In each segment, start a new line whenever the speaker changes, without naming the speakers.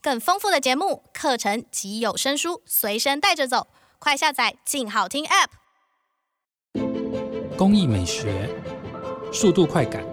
更丰富的节目、课程及有声书随身带着走，快下载“静好听 ”App。
工艺美学、速度快感、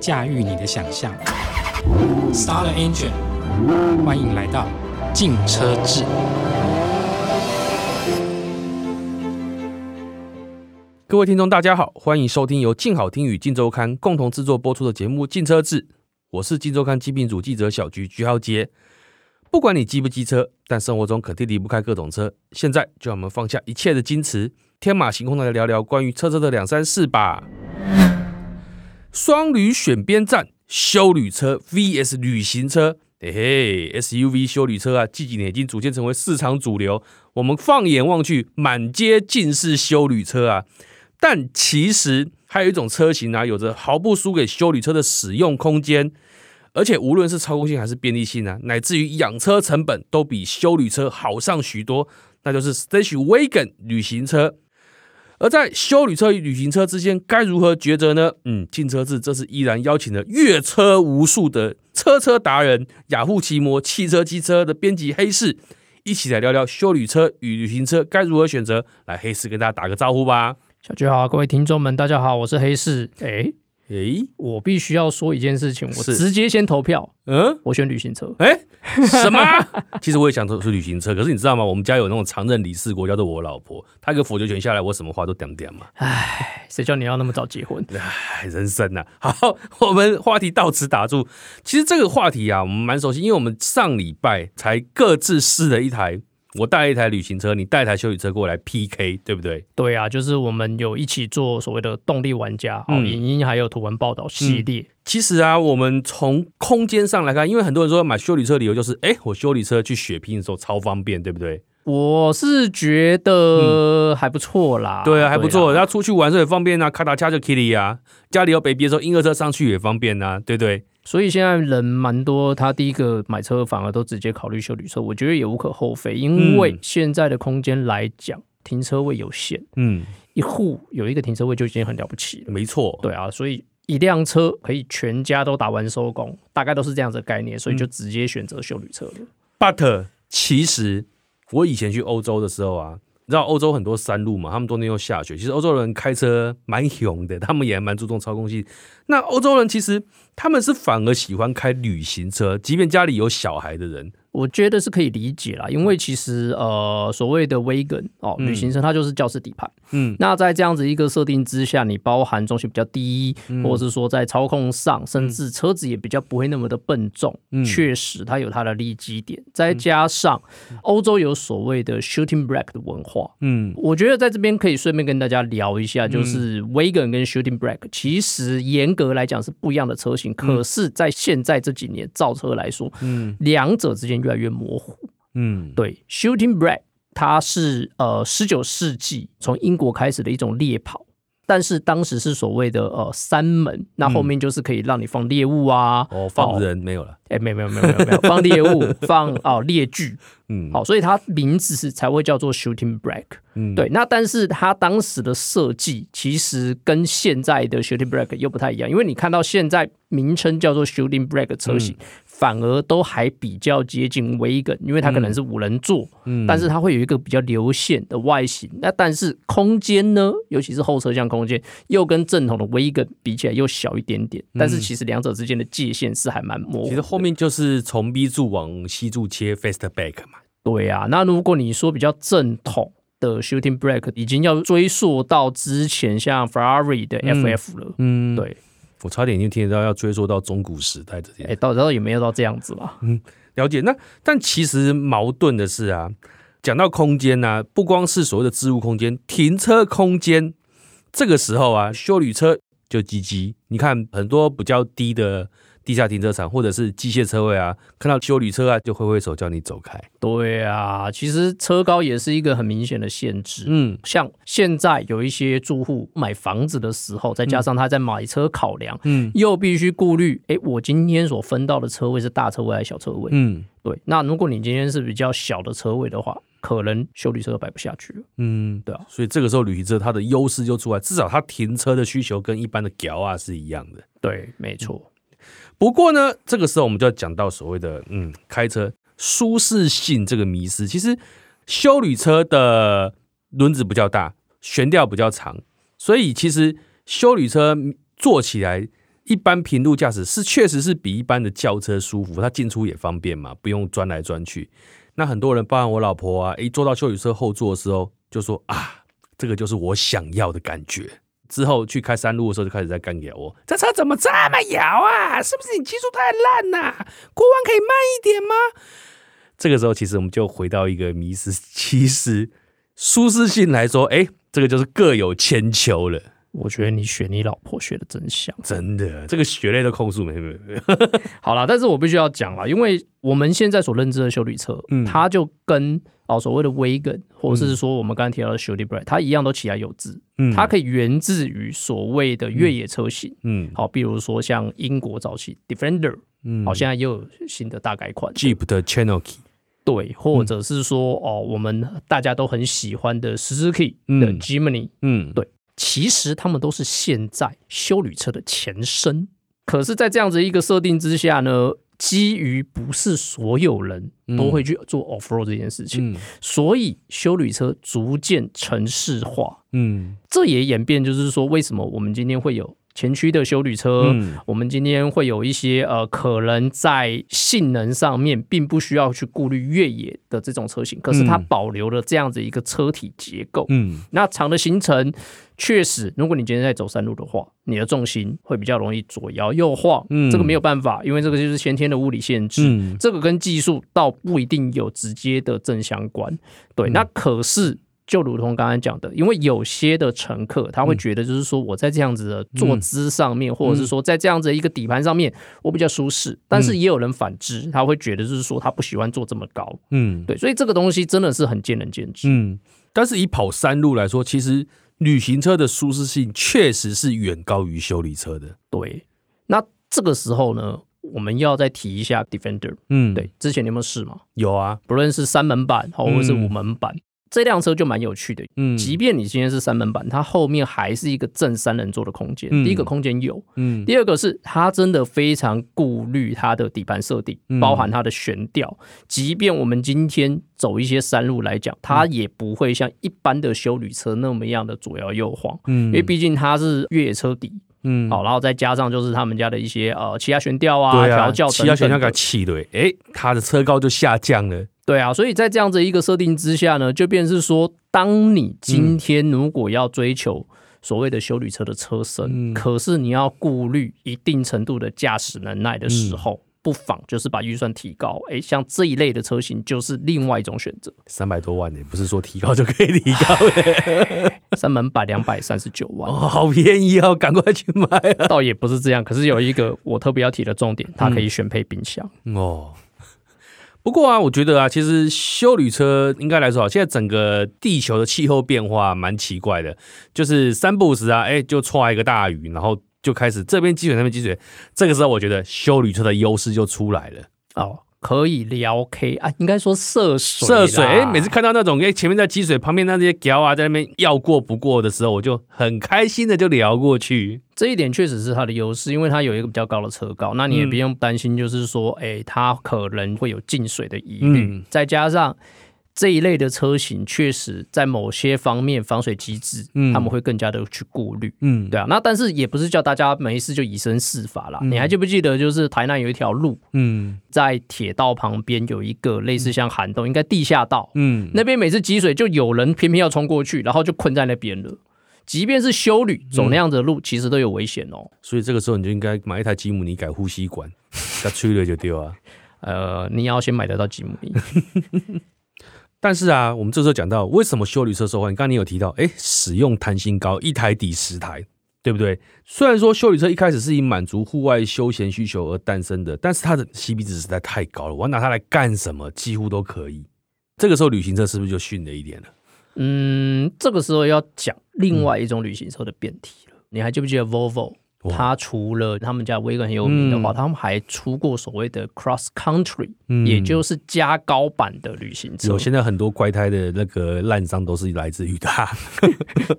驾驭你的想象。Start the engine，欢迎来到静车志。
各位听众，大家好，欢迎收听由静好听与静周刊共同制作播出的节目《静车志》，我是静周刊疾病组记者小菊菊浩杰。不管你机不机车，但生活中肯定离不开各种车。现在就让我们放下一切的矜持，天马行空的来聊聊关于车车的两三事吧。双旅选边站，修旅车 VS 旅行车，嘿嘿，SUV 修旅车啊，近几年已经逐渐成为市场主流。我们放眼望去，满街尽是修旅车啊。但其实还有一种车型啊，有着毫不输给修理车的使用空间，而且无论是操控性还是便利性啊，乃至于养车成本都比修理车好上许多，那就是 Stage Wagon 旅行车。而在修理车与旅行车之间该如何抉择呢？嗯，进车志这次依然邀请了阅车无数的车车达人雅虎奇摩汽车机车的编辑黑市，一起来聊聊修理车与旅行车该如何选择。来，黑市跟大家打个招呼吧。
小菊好，各位听众们，大家好，我是黑市。哎、
诶、
我必须要说一件事情，我
是
直接先投票，
嗯，
我选旅行车。
哎、什么？其实我也想说是旅行车，可是你知道吗？我们家有那种常任理事国叫做我老婆，她一个否决权下来，我什么话都点点嘛。
哎谁叫你要那么早结婚？
哎，人生呐、好，我们话题到此打住。其实这个话题啊，我们蛮熟悉，因为我们上礼拜才各自试了一台，我带了一台旅行车，你带一台修理车过来 PK，对不对？
对啊，就是我们有一起做所谓的动力玩家、哦
嗯
影音还有图文报道系列。
其实啊，我们从空间上来看，因为很多人说买修理车的理由就是，哎，我修理车去血拼的时候超方便，对不对？
我是觉得还不错啦，
嗯对啊，还不错。。然后出去玩的时候也方便啊，卡达恰就 Kitty 啊，家里有 baby 的时候，婴儿车上去也方便啊，对不对？
所以现在人蛮多，他第一个买车反而都直接考虑修旅车，我觉得也无可厚非，因为
嗯
现在的空间来讲，停车位有限，
嗯，
一户有一个停车位就已经很了不起了。
没错。
对啊，所以一辆车可以全家都打完收工，大概都是这样子的概念，所
嗯
以就直接选择修旅车了。
But 其实我以前去欧洲的时候啊，你知道欧洲很多山路嘛，他们冬天又下雪。其实欧洲人开车蛮勇的，他们也蛮注重操控性。那欧洲人其实他们是反而喜欢开旅行车，即便家里有小孩的人，
我觉得是可以理解啦，因为其实呃，所谓的 wagon 哦，
嗯
旅行车它就是轿式底盘。
嗯，
那在这样子一个设定之下，你包含重心比较低，
嗯
或者是说在操控上，甚至车子也比较不会那么的笨重。
嗯
确实，它有它的利基点。再加上欧洲有所谓的 shooting brake 的文化，
嗯，
我觉得在这边可以顺便跟大家聊一下，就是 Wagon 跟 Shooting Brake，其实严格来讲是不一样的车型，可是，在现在这几年造车来说，
嗯
两者之间越来越模糊。
嗯，
对，Shooting Brake 它是呃十九世纪从英国开始的一种猎跑。但是当时是所谓的呃三门，那后面就是可以让你放猎物啊，
哦，放
哦，
人没有了，
哎、没有没有没有没有没有放猎物，放哦猎具，
嗯，
好，所以它名字是才会叫做 Shooting Brake。
嗯，
对，那但是它当时的设计其实跟现在的 shooting brake 又不太一样，因为你看到现在名称叫做 shooting brake 车型，
嗯
反而都还比较接近 wagon，因为它可能是五人座，
嗯，
但是它会有一个比较流线的外形。那但是空间呢，尤其是后车厢空间，又跟正统的 wagon 比起来又小一点点，但是其实两者之间的界限是还蛮模糊
嗯其
的。
实后面就是从 B 柱往 C 柱切 fast back 嘛，
对啊，那如果你说比较正统的 shooting brake，已经要追溯到之前像 Ferrari 的 FF 了。
嗯，
对，
我差点就听得到要追溯到中古时代这件
哎、到到底有没有到这样子啦？
了解。那但其实矛盾的是啊，讲到空间呢、啊，不光是所谓的置物空间、停车空间，这个时候啊，修理车就积极。你看很多比较低的地下停车场或者是机械车位啊，看到修理车啊，就挥挥手叫你走开。
对啊，其实车高也是一个很明显的限制。
嗯
像现在有一些住户买房子的时候，再加上他在买车考量，
嗯
又必须顾虑，哎、我今天所分到的车位是大车位还是小车位？
嗯
对，那如果你今天是比较小的车位的话，可能修理车摆不下去了。
嗯，
对啊。
所以这个时候旅行车它的优势就出来，至少它停车的需求跟一般的屌啊是一样的。
对，没错。
不过呢，这个时候我们就要讲到所谓的嗯，开车舒适性这个迷失。其实修旅车的轮子比较大，悬吊比较长，所以其实修旅车坐起来，一般平路驾驶是确实是比一般的轿车舒服，它进出也方便嘛，不用钻来钻去。那很多人，包含我老婆啊，一坐到修旅车后座的时候，就说啊，这个就是我想要的感觉。之后去开山路的时候，就开始在干摇哦，这车怎么这么摇啊？是不是你技术太烂啦、国王可以慢一点吗？这个时候，其实我们就回到一个迷失，其实舒适性来说，哎，这个就是各有千秋了。
我觉得你选你老婆学的真像。
真的，这个血泪的控诉没有没有没有，
好啦，但是我必须要讲啦，因为我们现在所认知的修理车，
嗯
它就跟哦所谓的 wagon，或者是说我们刚才提到的 s h o t y b r a d 它一样都起来有字，
嗯
它可以源自于所谓的越野车型。
嗯
好，比如说像英国早期 Defender，
嗯
好，现在又有新的大改款
Jeep 的 Cherokee，
对，
嗯
或者是说、哦，我们大家都很喜欢的 Suzuki 的
嗯
Jimny，、
嗯，
对，其实他们都是现在修旅车的前身。可是，在这样子一个设定之下呢，基于不是所有人都会去做 off road 这件事情，
嗯
所以修旅车逐渐城市化。
嗯
这也演变就是说，为什么我们今天会有前驱的修旅车？
嗯
我们今天会有一些呃，可能在性能上面并不需要去顾虑越野的这种车型，可是它
嗯
保留了这样子一个车体结构。
嗯
那长的行程，确实，如果你今天在走山路的话，你的重心会比较容易左摇右晃，
嗯
这个没有办法，因为这个就是先天的物理限制。
嗯
这个跟技术倒不一定有直接的正相关。对，
嗯
那可是就如同刚刚讲的，因为有些的乘客他会觉得，就是说我在这样子的坐姿上
嗯
面，或者是说在这样子的一个底盘上面，我比较舒适。但是也有人反之，他会觉得就是说他不喜欢坐这么高。
嗯
对，所以这个东西真的是很见仁见智。
嗯，但是以跑山路来说，其实旅行车的舒适性确实是远高于修理车的。
对，那这个时候呢，我们要再提一下 Defender。
嗯，
对，，之前你有没有试嘛？
有啊，
不论是三门版好或者是
嗯
五门版，这辆车就蛮有趣的。
嗯，
即便你今天是三门版，它后面还是一个正三人座的空间。
嗯
第一个空间有，
嗯
第二个是它真的非常顾虑它的底盘设定
嗯，
包含它的悬吊。即便我们今天走一些山路来
嗯
讲，它也不会像一般的修旅车那么样的左摇右晃，
嗯，
因为毕竟它是越野车底。
嗯
好，然后再加上就是他们家的一些呃气压悬吊啊、
对啊，
调教等
气压悬吊
等
给
的
它气对，哎，它的车高就下降了。
对啊，所以在这样子一个设定之下呢，就变成是说，当你
嗯
今天如果要追求所谓的修旅车的车身，
嗯
可是你要顾虑一定程度的驾驶能耐的
嗯
时候，不妨就是把预算提高。诶，像这一类的车型就是另外一种选择，
三百多万呢、不是说提高就可以提高的、
三门版两百三十九万，
哦，好便宜哦，赶快去买啊！
倒也不是这样。可是有一个我特别要提的重点，它可以选配冰箱。
哦，不过啊，我觉得啊，其实修旅车应该来说啊，现在整个地球的气候变化蛮奇怪的，就是三不五时啊，哎，就歘一个大雨，然后就开始这边积水那边积水，这个时候我觉得修旅车的优势就出来了。
哦，可以聊 K 啊，应该说涉水啦，
涉水，哎、每次看到那种哎、前面在积水，旁边那些胶啊在那边要过不过的时候，我就很开心的就聊过去。
这一点确实是它的优势，因为它有一个比较高的车高，那你也不用担心，就是说，哎、它可能会有进水的疑虑，
嗯
再加上。这一类的车型确实在某些方面防水机制，
嗯
他们会更加的去顾虑，
嗯，
对啊。那但是也不是叫大家没事就以身试法啦。你还记不记得，就是台南有一条路，
嗯
在铁道旁边有一个类似像涵洞，应该地下道，
嗯，
那边每次积水就有人偏偏要冲过去，然后就困在那边了。即便是修旅走那样的
嗯
路，其实都有危险哦。
所以这个时候你就应该买一台吉姆尼改呼吸管，它吹了就丢啊。
呃，你要先买得到吉姆尼，
但是啊，我们这时候讲到为什么修理车受欢迎，刚刚你有提到，哎，使用弹性高，一台抵十台，对不对？虽然说修理车一开始是以满足户外休闲需求而诞生的，但是它的 CP 值实在太高了，我要拿它来干什么，几乎都可以。这个时候旅行车是不是就逊了一点了？
嗯，这个时候要讲另外一种旅行车的变体了。你还记不记得 Volvo？
哇
它除了他们家 Wagon 很有名的话，
嗯
他们还出过所谓的 Cross Country，、
嗯
也就是加高版的旅行车
有，现在很多怪胎的那个烂伤都是来自于它。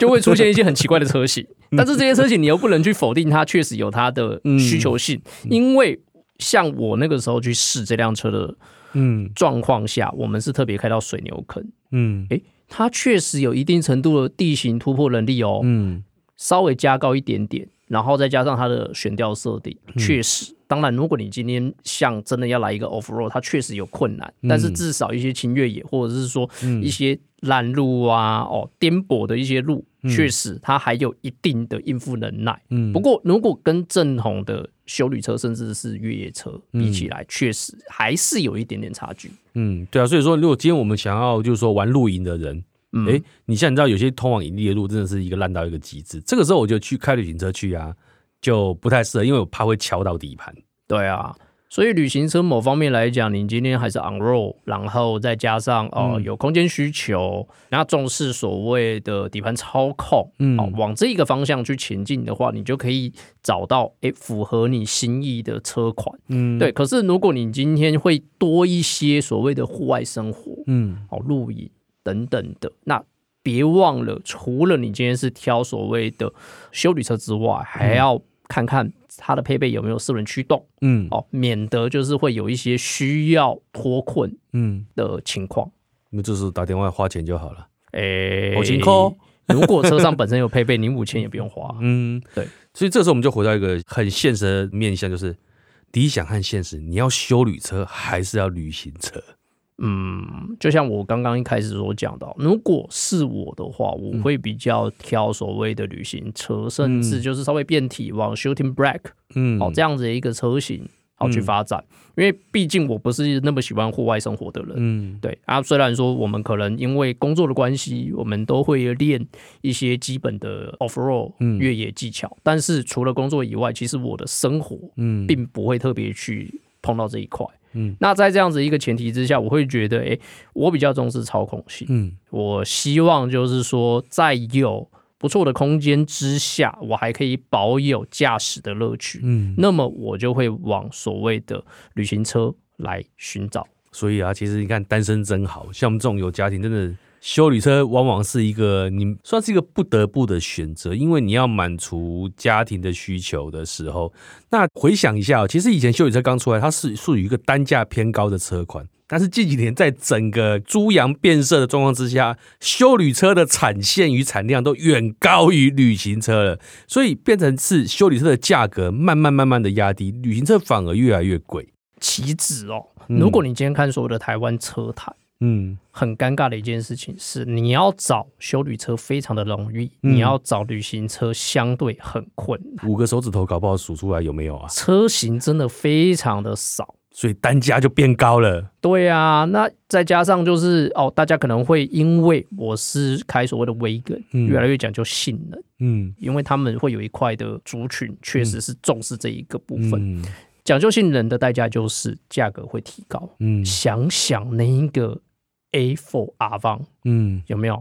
就会出现一些很奇怪的车型。但是这些车型你又不能去否定它确实有它的需求性，因为像我那个时候去试这辆车的
嗯
状况下，我们是特别开到水牛坑，
嗯
它确实有一定程度的地形突破能力哦，
嗯
稍微加高一点点，然后再加上它的悬吊设定，确实，当然，如果你今天像真的要来一个 off road，它确实有困难，但是至少一些轻越野或者是说一些烂路啊、哦颠簸的一些路，确实它还有一定的应付能耐。
嗯
不过，如果跟正统的修旅车甚至是越野车比起来，确实还是有一点点差距。
嗯，对啊，所以说，如果今天我们想要就是说玩露营的人，
嗯
哎、你像你知道有些通往营地的路真的是一个烂到一个极致，这个时候我就去开旅行车去啊，就不太适合，因为我怕会敲到底盘。
对啊，所以旅行车某方面来讲，你今天还是 on road，然后再加上哦、
嗯
呃有空间需求，然后重视所谓的底盘操控，
嗯
哦，往这个方向去前进的话，你就可以找到诶符合你心意的车款。
嗯，
对，可是如果你今天会多一些所谓的户外生活，
嗯
哦，露营等等的。那别忘了，除了你今天是挑所谓的修理车之外，还要看看它的配备有没有四轮驱动
嗯
哦，免得就是会有一些需要脱困
嗯，
的情况。
那就是打电话花钱就好了。
诶、
好辛苦 哦
如果车上本身有配备，你五千也不用花。
嗯，
对。
所以这时候我们就回到一个很现实的面向，就是理想和现实，你要修旅车还是要旅行车？
嗯，就像我刚刚一开始所讲的哦，如果是我的话，我会比较挑所谓的旅行车，甚至就是稍微变体往 shooting break 哦
嗯
好、这样子的一个车型好、去发展，因为毕竟我不是那么喜欢户外生活的人。
嗯
对啊，虽然说我们可能因为工作的关系，我们都会练一些基本的 off road
嗯
越野技巧，但是除了工作以外，其实我的生活
嗯
并不会特别去碰到这一块。
嗯，
那在这样子一个前提之下，我会觉得，诶，我比较重视操控性。
嗯
我希望就是说，在有不错的空间之下，我还可以保有驾驶的乐趣。
嗯。
那么我就会往所谓的旅行车来寻找。
所以啊，其实你看单身真好，像我们这种有家庭，真的修旅车往往是一个你算是一个不得不的选择，因为你要满足家庭的需求的时候。那回想一下、哦，其实以前修理车刚出来，它是属于一个单价偏高的车款。但是近几年，在整个猪羊变色的状况之下，修旅车的产线与产量都远高于旅行车了，所以变成是修旅车的价格慢慢慢慢的压低，旅行车反而越来越贵。
岂止哦，
嗯
如果你今天看所有的台湾车坛，
嗯
很尴尬的一件事情是，你要找修旅车非常的容易，
嗯
你要找旅行车相对很困难，
五个手指头搞不好数出来有没有啊？
车型真的非常的少。
所以单价就变高了。
对啊，那再加上就是哦，大家可能会因为我是开所谓的微梗，
嗯
越来越讲究性能，
嗯，
因为他们会有一块的族群确实是重视这一个部分。
嗯
讲究性能的代价就是价格会提高。
嗯
想想那一个 A4 阿方
嗯，
有没有？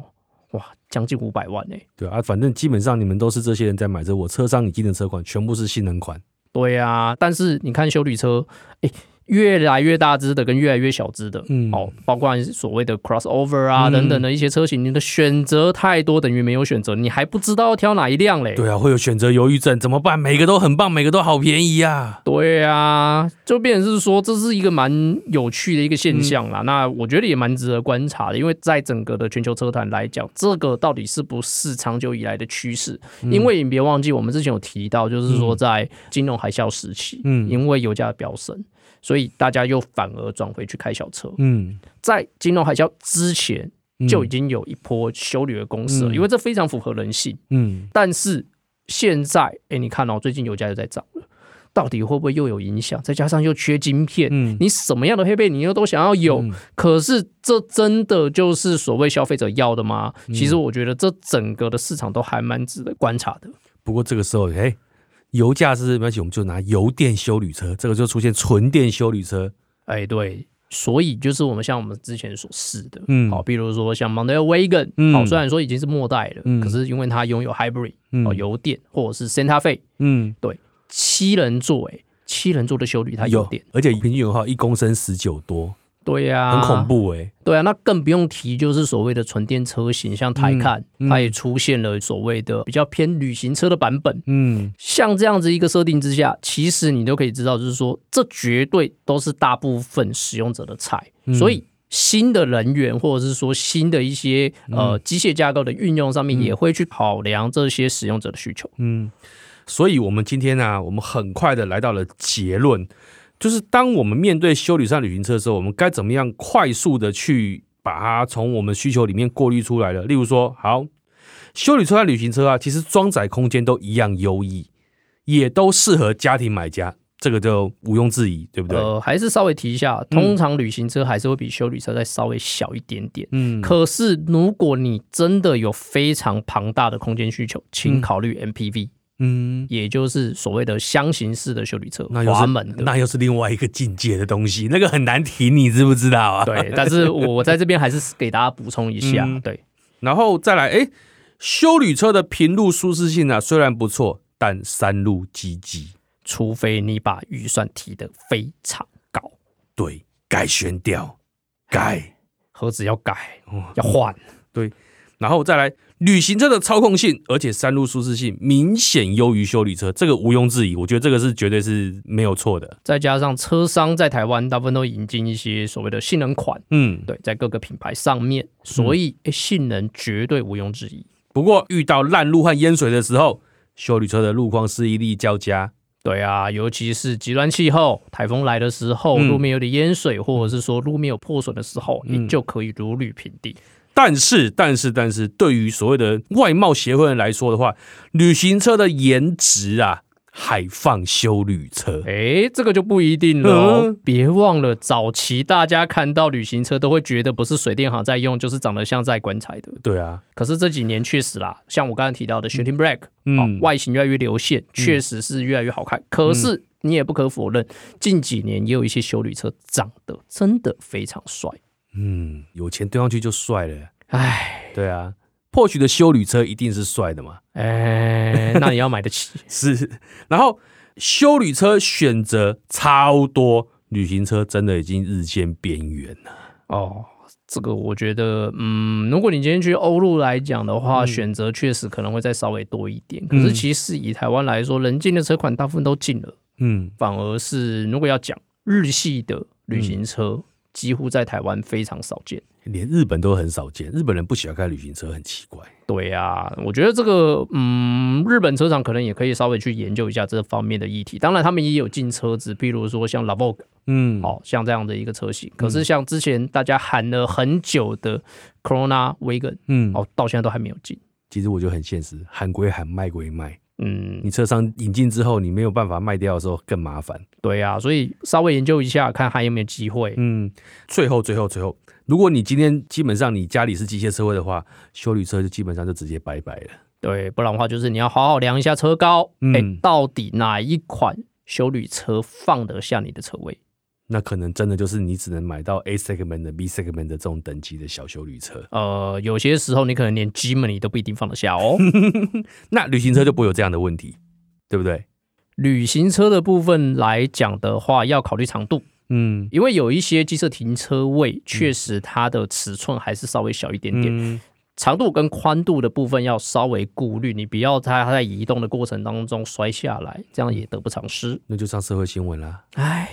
哇，将近五百万哎、
对啊，反正基本上你们都是这些人在买车，我车商已经的车款全部是性能款。
对啊，但是你看修理车，哎、越来越大只的跟越来越小只的，
嗯
哦，包括所谓的 crossover 啊、
嗯
等等的一些车型，你的选择太多，等于没有选择，你还不知道要挑哪一辆嘞。
对啊，会有选择犹豫症怎么办？每个都很棒，每个都好便宜啊。
对啊，就变成是说，这是一个蛮有趣的一个现象
嗯
啦。那我觉得也蛮值得观察的，因为在整个的全球车坛来讲，这个到底是不是长久以来的趋势？
嗯
因为你别忘记，我们之前有提到，就是说在金融海啸时期，
嗯
因为油价飙升，所以大家又反而转回去开小车。
嗯，
在金融海啸之前，就已
嗯
经有一波修旅的公司了，
嗯
因为这非常符合人性。
嗯
但是现在，哎，你看哦，最近油价又在涨了，到底会不会又有影响？再加上又缺晶片，
嗯
你什么样的配备你又都想要有，
嗯
可是这真的就是所谓消费者要的吗？
嗯
其实我觉得这整个的市场都还蛮值得观察的。
不过这个时候，哎，油价是没关系，我们就拿油电修旅车，这个就出现纯电修旅车。
哎，对。所以就是我们像我们之前所试的，
嗯
好，比如说像 Mondeo Wagon，
嗯
好，虽然说已经是末代了，
嗯
可是因为它拥有 Hybrid，
嗯
哦，油电或者是 Santa Fe
嗯，
七人座，哎，七人座的修旅它有
有
电，，
而且平均油耗一公升十九多，
对呀、
很恐。怖哎、
对啊，那更不用提就是所谓的纯电车型，像台看、
嗯
它也出现了所谓的比较偏旅行车的版本。
嗯，
像这样子一个设定之下，其实你都可以知道，就是说这绝对都是大部分使用者的菜，
嗯
所以。新的人员，或者是说新的一些
嗯
呃机械架构的运用上面，也会去考量这些使用者的需求。
嗯所以我们今天呢、啊我们很快的来到了结论，就是当我们面对修理上旅行车的时候，我们该怎么样快速的去把它从我们需求里面过滤出来了？例如说，好，修理车和旅行车啊，其实装载空间都一样优异，也都适合家庭买家，这个就毋庸置疑，对不对？
呃，还是稍微提一下，通常旅行车还是会比修旅车再稍微小一点点。
嗯，
可是如果你真的有非常庞大的空间需求，请考虑 MPV，、
嗯，
也就是所谓的箱型式的修旅车，
那又
滑门
是
的。
那又是另外一个境界的东西，那个很难停，你知不知道啊？
对，但是我我在这边还是给大家补充一下，
嗯
对，
然后再来，哎，修旅车的平路舒适性啊，虽然不错，但山路积极，
除非你把预算提得非常高，
对，该悬吊，该
何止要改
哦，
要换，
对。然后再来，旅行车的操控性，而且山路舒适性明显优于修旅车，这个毋庸置疑，我觉得这个是绝对是没有错的。
再加上车商在台湾大部分都引进一些所谓的性能款，
嗯，
对，在各个品牌上面，所以、诶性能绝对毋庸置疑。
不过遇到烂路和淹水的时候，修旅车的路况适应力较佳，
对啊，尤其是极端气候，台风来的时候，
嗯
路面有点淹水，或者是说路面有破损的时候，
嗯
你就可以如履平地。
但是，但是，但是，对于所谓的外贸协会人来说的话，旅行车的颜值啊，还放修旅车。
诶，这个就不一定了、哦。
嗯
别忘了，早期大家看到旅行车都会觉得不是水电行在用，就是长得像在棺材的。
对啊，
可是这几年确实啦，像我刚才提到的 Shooting Black，
嗯
哦，外形越来越流线，确实是越来越好看。可
嗯
是你也不可否认，近几年也有一些修旅车长得真的非常帅。
嗯，有钱堆上去就帅了。
唉，
对啊，或许的修旅车一定是帅的嘛。
哎，那你要买得起。
是，然后修旅车选择超多，旅行车真的已经日渐边缘了。
哦，这个我觉得，嗯，如果你今天去欧陆来讲的话，选择确实可能会再稍微多一点。可是其实以台湾来说，能进的车款大部分都进了，
嗯，
反而是如果要讲日系的旅行车，几乎在台湾非常少见。
连日本都很少见，日本人不喜欢开旅行车，很奇怪。
对呀、我觉得这个，嗯，日本车厂可能也可以稍微去研究一下这方面的议题。当然，他们也有进车子，譬如说像 l a v o g
嗯，
哦，像这样的一个车型。可是像之前大家喊了很久的 Corona Wagon，
嗯，
哦，到现在都还没有进。
其实我就很现实，喊归喊，卖归卖。
嗯，
你车商引进之后，你没有办法卖掉的时候更麻烦。
对呀、所以稍微研究一下，看还有没有机会。
嗯，最后最后最后，如果你今天基本上你家里是机械车位的话，修理车就基本上就直接拜拜了。
对，不然的话就是你要好好量一下车高，哎、
嗯
到底哪一款修旅车放得下你的车位？
那可能真的就是你只能买到 A segment 的 B segment 的这种等级的小修理车，
呃，有些时候你可能连 Gmany 都不一定放得 下哦。
那旅行车就不会有这样的问题，对不对？
旅行车的部分来讲的话，要考虑长度，
嗯
因为有一些机车停车位确实它的尺寸还是稍微小一点点，
嗯
长度跟宽度的部分要稍微顾虑，你不要它在移动的过程当中摔下来，这样也得不偿失。
那就上社会新闻啦。
唉，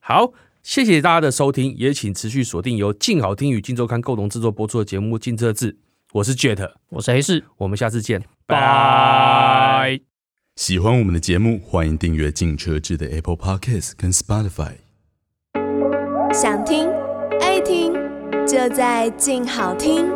好，谢谢大家的收听，也请持续锁定由静好听与静周刊共同制作播出的节目《静车志》，我是 Jet，
我是黑市，
我们下次见，
拜。
喜欢我们的节目，欢迎订阅“进车志”的 Apple Podcast 跟 Spotify。
想听爱听，就在静好听。